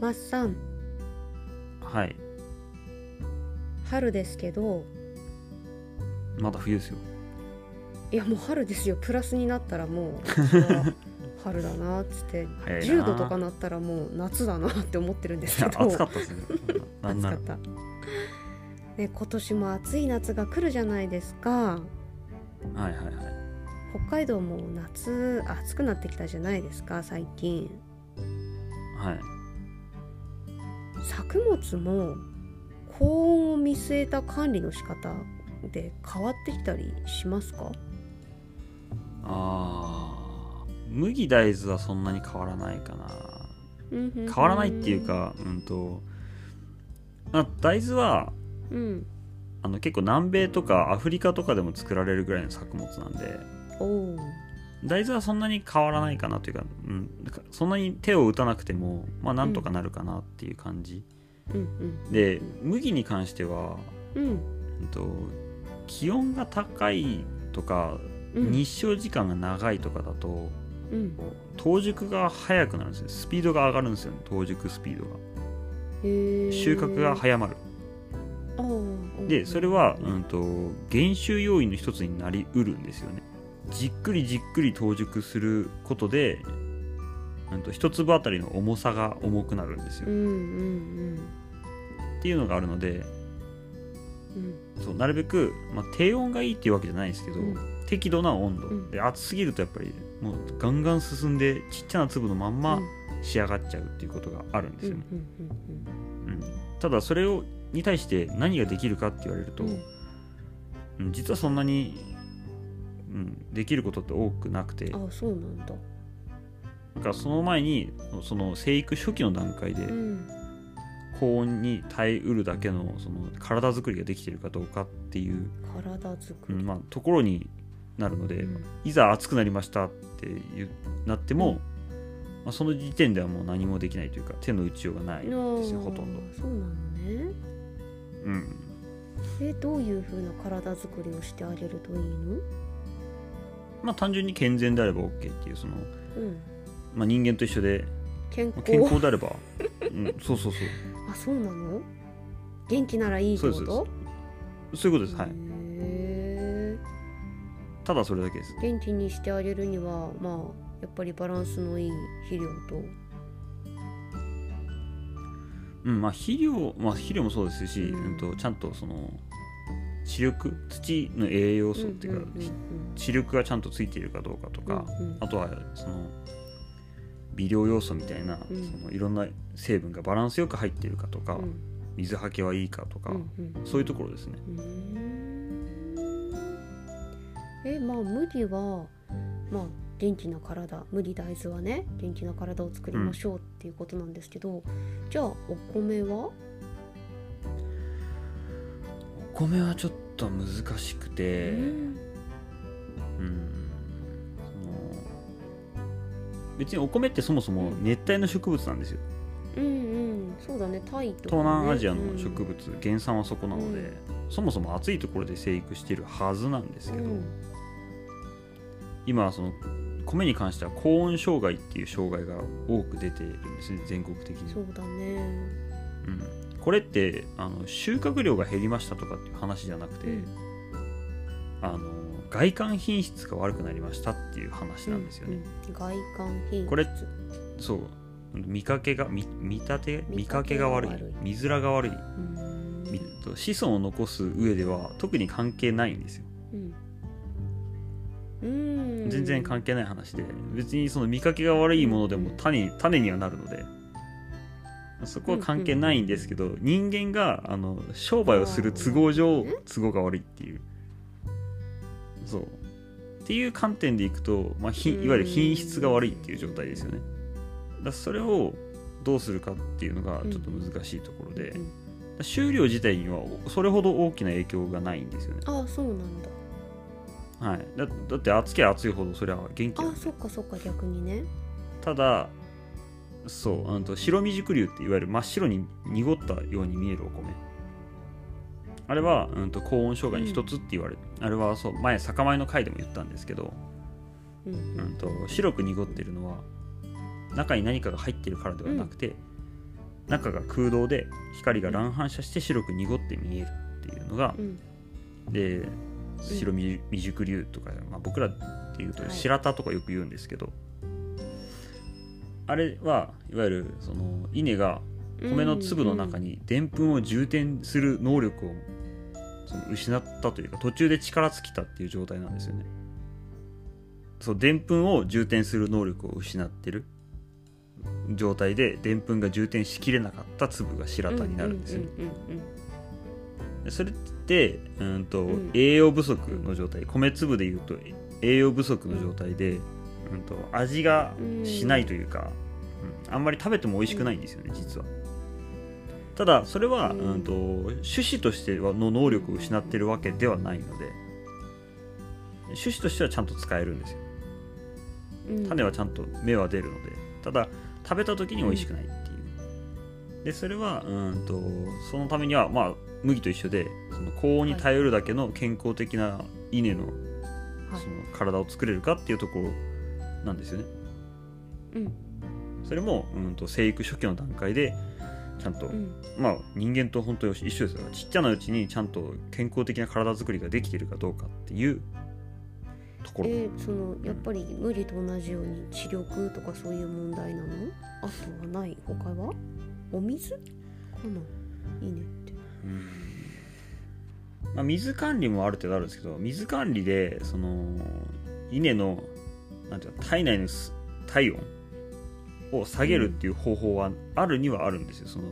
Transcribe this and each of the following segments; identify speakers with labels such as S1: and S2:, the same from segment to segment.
S1: マスさん
S2: はい
S1: 春ですけど
S2: まだ冬ですよ
S1: いやもう春ですよプラスになったら もうそれは春だなっつって
S2: 早いな
S1: 10度とかなったらもう夏だなって思ってるんです
S2: い
S1: け
S2: や
S1: ど
S2: 暑かった ですねなん
S1: 暑か
S2: な
S1: らったね、今年も暑い夏が来るじゃないですか
S2: はいはいはい
S1: 北海道も夏暑くなってきたじゃないですか最近
S2: はい
S1: 作物も高温を見据えた管理の仕方で変わってきたりしますか
S2: あー麦大豆はそんなに変わらないかな
S1: 変
S2: 変わらないっていう、かうんとあ大豆は
S1: うん、
S2: あの結構南米とかアフリカとかでも作られるぐらいの作物なんで
S1: おお
S2: 大豆はそんなに変わらないかなというか、うん、なんかそんなに手を打たなくてもまあなんとかなるかなっていう感じ、
S1: うん
S2: で麦に関しては、
S1: うんうん
S2: うん、と気温が高いとか
S1: うん
S2: 日照時間が長いとかだと
S1: うん
S2: 糖熟が早くなるんですよスピードが上がるんですよね糖熟スピードが
S1: へー
S2: 収穫が早まる
S1: あーうん
S2: でそれは、うん、と減収要因の一つになりうるんですよねじっくりじっくり糖熟することで、うん、と一粒あたりの重さが重くなるんです
S1: う
S2: よ
S1: んうん
S2: っていうのがあるので
S1: うんうん
S2: そうなるべく、まあ、低温がいいっていうわけじゃないですけど、
S1: うん
S2: 適度な温
S1: う
S2: 度
S1: ん
S2: で暑すぎるとやっぱりもうガンガン進んでちっちゃな粒のまんま
S1: うん
S2: 仕上がっちゃうっていうことがあるんで
S1: うんう
S2: すよね、
S1: ん
S2: うんただそれをに対して何ができるかって言われると、
S1: うん
S2: うん実はそんなに、うん、できることって多くなくて
S1: うんあそうなんだ
S2: だからその前にその生育初期の段階で
S1: うん
S2: 高温に耐えうるだけのその体作りができてるかどうかっていう、
S1: 体作
S2: う
S1: り
S2: んまあ、ところになるので、
S1: うん
S2: いざ暑くなりましたっていうなっても、まあ、その時点ではもう何もできないというか手の打ちようがないですよ
S1: あー
S2: ほとんど。
S1: そうなのね
S2: うん
S1: えどういう風な体作りをしてあげるといいの
S2: まあ、単純に健全であれば OK っていうその、
S1: うん
S2: まあ、人間と一緒で
S1: 健
S2: まあ
S1: 康
S2: 健康であれば、 うん、そうそうそう
S1: あそうなの元気ならいいってこと
S2: そうそういうことです、はい、
S1: へー
S2: ただそれだけです
S1: 元気にしてあげるにはまあやっぱりバランスのいい肥料と
S2: うんまあ肥料、まあ、肥料もそうですし、
S1: うん
S2: うん、とちゃんとその視力土の栄養素っていうか、
S1: んんん
S2: 視力がちゃんとついているかどうかとか、
S1: うんうん
S2: あとはその微量要素みたいな、
S1: うん
S2: そのいろんな成分がバランスよく入っているかとか、
S1: うん
S2: 水はけはいいかとか、
S1: うん
S2: そういうところですね
S1: うんうーんえまあ麦はまあ元気な体麦大豆はね元気な体を作りましょうっていうことなんですけど、じゃあお米は
S2: お米はちょっと難しくて、
S1: うん
S2: うんその別にお米ってそもそも熱帯の植物なんですよ
S1: うんうんそうだねタイとか、ね、
S2: 東南アジアの植物、原産はそこなので、
S1: うん
S2: そもそも暑いところで生育してるはずなんですけど、
S1: うん
S2: 今はその米に関しては高温障害っていう障害が多く出ているんですね全国的に
S1: そうだね
S2: うんこれってあの収穫量が減りましたとかっていう話じゃなくて、
S1: うん
S2: あの外観品質が悪くなりましたっていう話なんですよね、
S1: うんうん外観品質
S2: これそう見かけが見見立て見かけが悪い
S1: 見かけが悪い
S2: 見づらが悪い、
S1: うーん
S2: みと子孫を残す上では特に関係ないんですよ
S1: うんうーん
S2: 全然関係ない話で別にその見かけが悪いものでも種に種にはなるのでそこは関係ないんですけど、人間があの商売をする都合上
S1: うん
S2: 都合が悪いっていうそうっていう観点でいくと、まあ、ひ
S1: うん
S2: いわゆる品質が悪いっていう状態ですよねだからそれをどうするかっていうのがちょっと難しいところで、
S1: うん
S2: 収量自体にはそれほど大きな影響がないんですよね、
S1: ああそうなんだ
S2: はい、だだって暑きゃ暑いほどそれは元気
S1: あ
S2: な
S1: あそっかそっか逆にね
S2: ただそうあの白身熟粒っていわゆる真っ白に濁ったように見えるお米あれは、うん、と高温障害の一つって言われる、あれはそう前酒米の回でも言ったんですけど、
S1: うん
S2: う
S1: うん
S2: ん、と白く濁ってるのは中に何かが入ってるからではなくて、中が空洞で光が乱反射して白く濁って見えるっていうのが
S1: う、ん
S2: で白未未熟粒とか、まあ、僕らっていうと
S1: はい
S2: 白田とかよく言うんですけど、あれはいわゆるその稲が米の粒の中にでんぷんを充填する能力をその失ったというか途中で力尽きたっていう状態なんですよね。そうでんぷんを充填する能力を失ってる状態ででんぷんが充填しきれなかった粒が白田になるんですよね。
S1: うんうん
S2: でそれってうんと、
S1: うん
S2: 栄養不足の状態米粒でいうと栄養不足の状態で、うん、と味がしないというか、うんあんまり食べても美味しくないんですよね、実はただそれは、
S1: うん
S2: うん、と種子としてはの能力を失ってるわけではないので種子としてはちゃんと使えるんですよ
S1: うんうん
S2: 種はちゃんと芽は出るのでただ食べた時に美味しくないっていうでそれはうんとそのためにはまあ麦と一緒でその高温に頼るだけの健康的な稲の
S1: はい
S2: その体を作れるかっていうところなんですよね
S1: うん
S2: それもうんと生育初期の段階でちゃんと、
S1: うん
S2: まあ人間と本当に一緒ですよちっちゃなうちにちゃんと健康的な体作りができてるかどうかっていうところ、
S1: えーそのやっぱり無理と同じように視力とかそういう問題なのあとはない他はお水かないいねって
S2: うんまあ、水管理もある程度あるんですけど水管理でその稲のなんていうか体内のす体温を下げるっていう方法はあるにはあるんですよその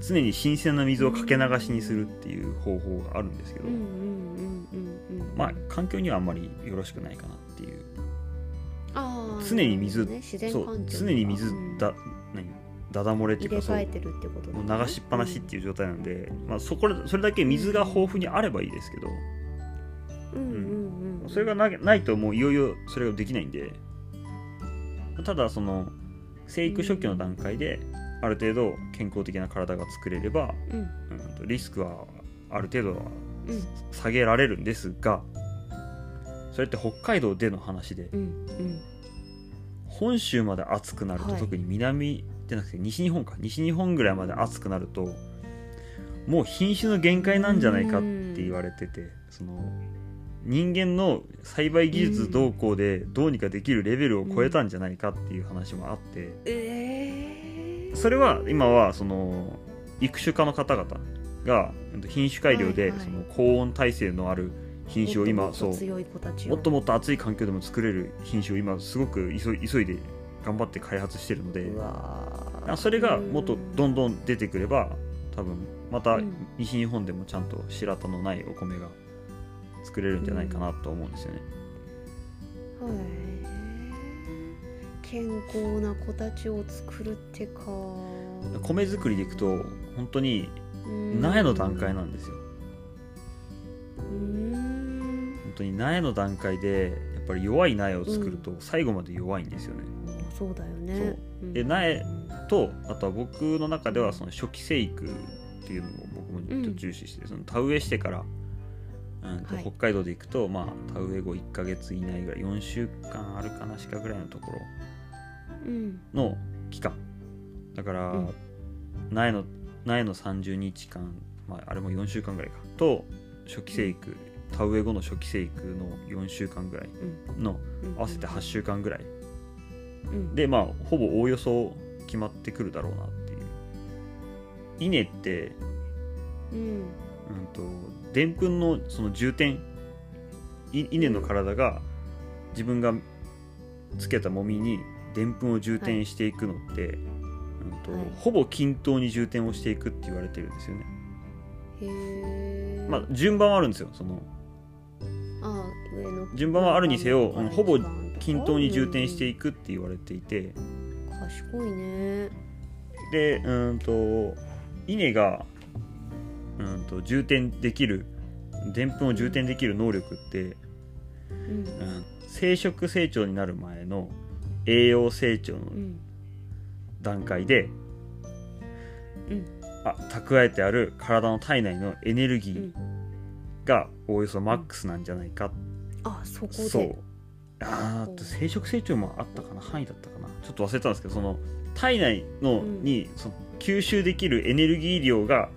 S2: 常に新鮮な水をかけ流しにするっていう方法があるんですけど、
S1: うんうんうんうんうん
S2: まあ環境にはあんまりよろしくないかなっていう
S1: あー
S2: 常に
S1: な
S2: 水
S1: るほどね、自然
S2: そ
S1: 環
S2: う
S1: 境とか
S2: 常に水
S1: うん
S2: だ,、何だだ漏れってい
S1: 入
S2: う
S1: れ
S2: かそう
S1: 替えてるってことだね
S2: もう流しっぱなしっていう状態なんで、まあ、そこらそれだけ水が豊富にあればいいですけど、
S1: うんうんうん
S2: それがなないともういよいよそれができないんでただその生育初期の段階である程度健康的な体が作れれば、
S1: うん
S2: うんと、リスクはある程度は
S1: うん
S2: 下げられるんですがそれって北海道での話で
S1: うんうん
S2: 本州まで暑くなると、
S1: はい
S2: 特に南じゃなくて西日本か西日本ぐらいまで暑くなるともう品種の限界なんじゃないかって言われててその人間の栽培技術動向でどうにかできるレベルを超えたんじゃないかっていう話もあって
S1: えー
S2: それは今はその育種家の方々がうんと品種改良
S1: はい
S2: で
S1: はい
S2: その高温耐性のある品種を
S1: も
S2: 今
S1: っともっ
S2: そ
S1: と
S2: う
S1: 強い子たちを
S2: もっともっと暑い環境でも作れる品種を今すごく急い急いで頑張って開発してるので
S1: うわー
S2: あそれがもっとどん
S1: ん
S2: どん出てくれば多分また
S1: うん
S2: 西日本でもちゃんと白田のないお米が作れるんじゃないかなと思うんですよね。
S1: はい健康な子たちを作るってか
S2: 米作りでいくと本当に苗
S1: 苗
S2: の段階なんですよ。
S1: うん
S2: 本当に苗の段階でやっぱり弱い苗を作ると最後まで弱いんですよね。
S1: そうだよねうん
S2: で苗
S1: うん
S2: とあとは僕の中ではその初期生育っていうのを僕もちょっと重視して、その田植えしてから、うんと
S1: はい
S2: 北海道で行くと、まあ、田植え後1ヶ月以内ぐらい4週間あるかなしかぐらいのとこ
S1: うん
S2: ろの期間だから、
S1: うん
S2: 苗の苗の30日間、まあ、あれも4週間ぐらいかと初期生育、田植え後の初期生育の4週間ぐらいの
S1: うん
S2: 合わせて8週間ぐらい
S1: うん
S2: でまあほぼおおよそ決まってくるだろうなっていう稲って
S1: うん
S2: うんとでんぷんのその重点い稲の体が自分がつけたもみにでんぷんを充填していくのって、うんと
S1: はい
S2: ほぼ均等に充填をしていくって言われてるんですよね。
S1: へえ
S2: まあ、順番はあるんですよその
S1: あ上の
S2: 順番はあるにせよ、うんほぼ均等に充填して
S1: い
S2: いくって言われていて
S1: く賢いね
S2: でうんと稲がうんと充填できるでんぷんを充填できる能力って、
S1: うん
S2: うん生殖成長になる前の栄養成長の
S1: うん
S2: 段階で、
S1: うん
S2: あ蓄えてある体の体内のエネルギ
S1: う
S2: ー
S1: ん
S2: がおおよそマックスなんじゃないか、
S1: あそこで
S2: そうあーあと生殖成長もあったかな範囲だったかなちょっと忘れたんですけどその体内の
S1: うん
S2: にその吸収できるエネルギー量が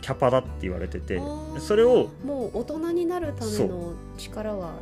S2: キャパだって言われてて
S1: あー
S2: それを
S1: もう大人になるため
S2: そ
S1: の力は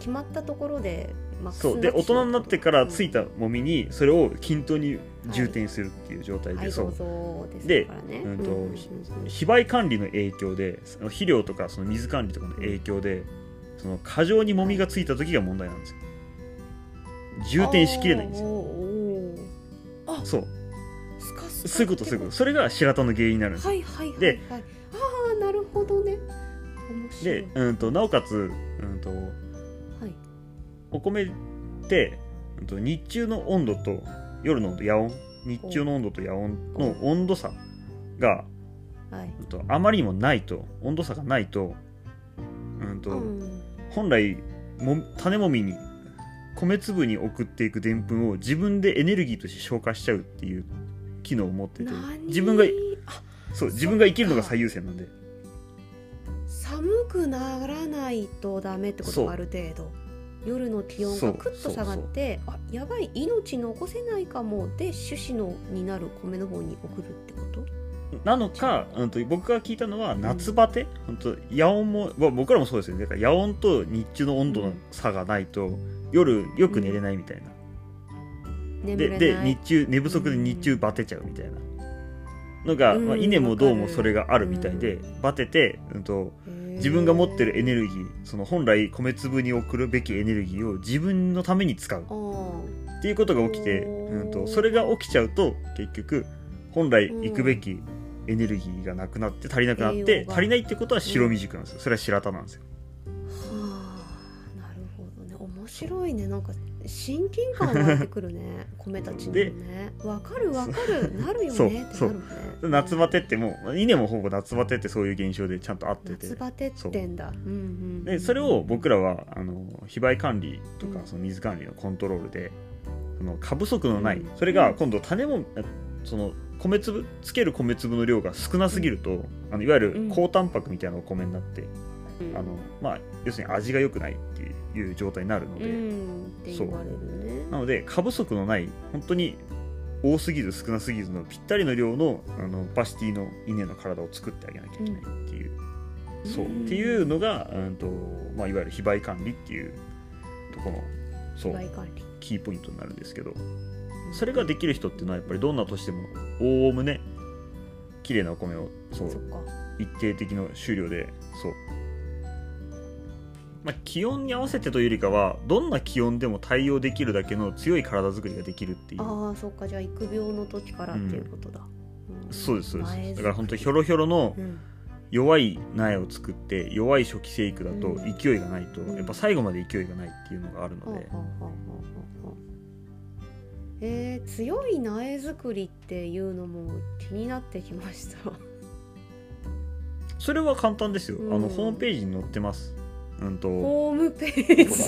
S1: 決まったところでマックス
S2: そうで大人になってからつい
S1: た
S2: たもみにそれを均等に充填するっていう状態で、
S1: はい
S2: そ
S1: ど
S2: う
S1: うぞです
S2: で
S1: からね
S2: うんと
S1: うんうんうん
S2: 肥培管理の影響でその肥料とかその水管理とかの影響でその過剰にもみがついた時が問題なんですよ充填しきれないんですよ
S1: おーおーおーあ
S2: そう
S1: スカスカ
S2: そういうことそういうことそれが白田の原因になるんですよ
S1: はいはいはいはい
S2: で
S1: ああなるほどね面白い
S2: で、うん、となおかつ、うん、と
S1: はい、
S2: お米って、うん、と日中の温度と夜の温度夜温日中の温度と夜温の温度差が、
S1: はい
S2: うん、とあまりにもないと温度差がないと,、うんと
S1: うん、
S2: 本来も種もみに米粒に送っていくでんぷんを自分でエネルギーとして消化しちゃうっていう機能を持ってて
S1: 何
S2: 自分が
S1: あ
S2: そう自分が生きるのが最優先なんで
S1: 寒くならないとダメってこ
S2: そ
S1: と
S2: う
S1: かある程度夜の気温
S2: そ
S1: が
S2: う
S1: クッと下がってあやばい命残せないかもで種子のになる米の方に送るってこと
S2: なのか、うん、と僕が聞いたのは夏バテ、本当夜温もまあ僕らもそうですよねだから夜温と日中の温度の差がないと、夜よく寝れないみたいな、
S1: 眠
S2: で
S1: れ
S2: で
S1: ない
S2: 日中寝不足で日中バテちゃうみたいなのが、
S1: うん
S2: まあ、稲もどうもそれがあるみたいで、
S1: わ
S2: バテて、うん、と自分が持ってるエネルギーその本来米粒に送るべきエネルギーを自分のために使う
S1: あー
S2: っていうことが起き
S1: お
S2: て、
S1: ー
S2: うん、とそれが起きちゃうと結局本来行くべきエネルギーがなくなって足りなくなっ
S1: 栄
S2: て
S1: 養が
S2: 足りないってことは白身軸なんですよそれは白田なんですよ
S1: はあなるほどね面白いねなんか親近感湧いてくる ね米たちにもねわかるわかるなるよ
S2: そう
S1: ねって
S2: そう
S1: なるもんね
S2: 夏バテってもう稲もほぼ夏バテってそういう現象でちゃんと合ってて
S1: 夏バテってんだうんうん
S2: でそれを僕らはあの非売管理とか
S1: うん
S2: その水管理のコントロールでその過不足のない
S1: うん
S2: それが今度種もあその米粒つける米粒の量が少なすぎるとあのいわゆ
S1: う
S2: る
S1: ん
S2: 高タンパクみたいなお米になってあのまあ要するに味が良くないっていう状態になるの
S1: う
S2: で、
S1: んって言われるね
S2: なので過不足のない本当に多すぎず少なすぎずのぴったりの量のあのパシティの稲の体を作ってあげなきゃいけないっていう、そう
S1: うん
S2: っていうのが、うんとまあ、いわゆる非売管理っていうところのそ
S1: 被
S2: う
S1: 害管理
S2: キーポイントになるんですけどそれができる人っていうのはやっぱりどんな年でもおおむね綺麗なお米をそう
S1: そっか
S2: 一定的の収量でそう、まあ、気温に合わせてというよりかはどんな気温でも対応できるだけの強い体作りができるっていう
S1: ああそっかじゃあ育苗の時からっていうことだ、ん
S2: そうですそうで
S1: 前作
S2: すだ
S1: り
S2: から本当にひょろひょろの
S1: うん
S2: 弱い苗を作って弱い初期生育だと
S1: うん
S2: 勢いがないと
S1: うん
S2: やっぱ最後まで勢いがないっていうのがある
S1: ほうほ
S2: の
S1: う
S2: で
S1: ほうほうほうほうえー、強い苗作りっていうのも気になってきました
S2: それは簡単ですよ
S1: うん
S2: あのホームページに載ってますうんと
S1: ホームページ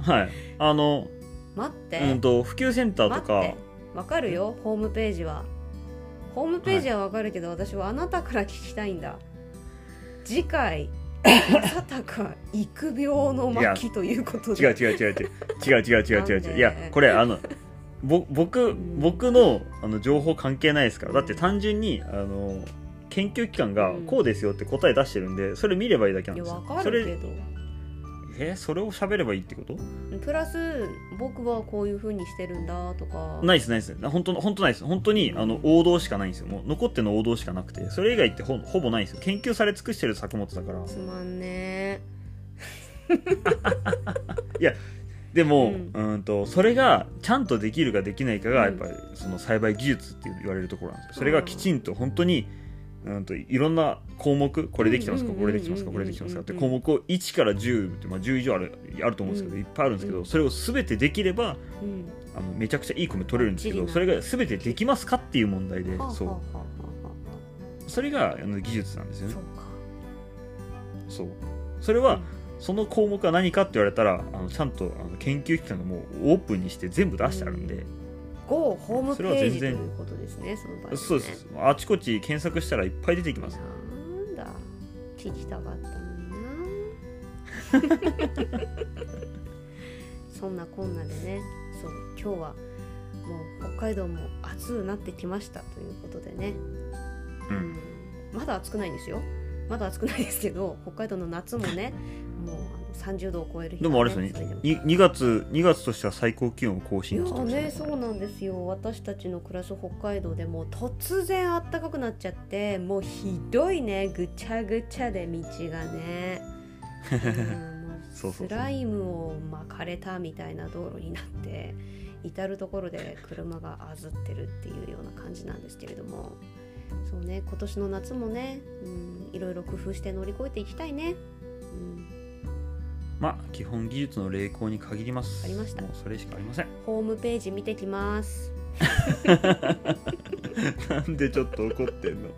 S2: はいあの
S1: 待って、
S2: うんと普及センターと
S1: 待っ
S2: か
S1: てわかるよホームページはホームページはわかるけど、私はあなたから聞きたいんだ次 回まさたか育苗の巻ということで
S2: 違う違う違う違う違う違う違
S1: なん
S2: う違う違う
S1: で
S2: いやこれあのぼ僕
S1: ん
S2: 僕のあの情報関係ないですからだって単純にあの研究機関が
S1: うん
S2: こうですよって答え出してるんでそれ見ればいいだけなん
S1: いや
S2: です
S1: わ
S2: よ
S1: か
S2: そ
S1: る
S2: れ
S1: けど
S2: えそれを喋ればいいってこと
S1: プラス僕はこういう風にしてるんだとか
S2: ないですないです本当の本当ないです本当にあの王道しかないんですよもう残ってるの王道しかなくてそれ以外ってほほぼないんですよ研究され尽くしてる作物だから
S1: つまんね
S2: でも、
S1: うん
S2: うん、とそれがちゃんとできるかできないかがやっぱりその栽培技術って言われるところなんですよ。それがきちんと本当にうんといろんな項目これできてますか
S1: うん
S2: これできてますか
S1: うん
S2: これできてますかって
S1: うん
S2: 項目を1から10って、まあ、10以上あるあると思うんですけど
S1: うん
S2: いっぱいあるんです
S1: う
S2: けどそれを全てできれば
S1: え、うん、
S2: あのめちゃくちゃいい米取れるんですけ
S1: ばっ
S2: ど
S1: ち
S2: それ
S1: りな
S2: が全てできますかっていう問題で
S1: はあはあ
S2: そ
S1: は
S2: う
S1: あは
S2: それがあの技術なんです
S1: あ
S2: よ
S1: そ
S2: ね
S1: う。か
S2: そうそれはその項目は何かって言われたらあのちゃんとあの研究機関がもうオープンにして全部出してあるんで。
S1: Go ホームページと
S2: それは全然
S1: いうことですねその場合、ね、
S2: そうです。あちこち検索したらいっぱい出てきます。
S1: なんだ聞きたかったのにな そんなこんなでねそう今日はもう北海道も暑くなってきましたということでね、
S2: う
S1: うんん、まだ暑くないんですよまだ暑くないですけど北海道の夏もねもうあの30度を超える日
S2: で
S1: が
S2: もあれですよね
S1: 続いてます
S2: に2月2月としては最高気温を更
S1: いや
S2: 新し
S1: ー
S2: てま
S1: ね
S2: す
S1: そ
S2: ね
S1: うなんですよ私たちの暮らす北海道でも突然あったかくなっちゃってもうひどいねぐちゃぐちゃで道が ね、うんもう
S2: そうそうそう
S1: スライムを巻かれたみたいな道路になって至る所で車があずってるっていうような感じなんですけれどもそうね今年の夏もね、うん、いろいろ工夫して乗り越えていきたいね、うん、
S2: まあ基本技術の励行に限ります
S1: ありました
S2: もうそれしかありません
S1: ホームページ見てきます
S2: なんでちょっと怒ってんの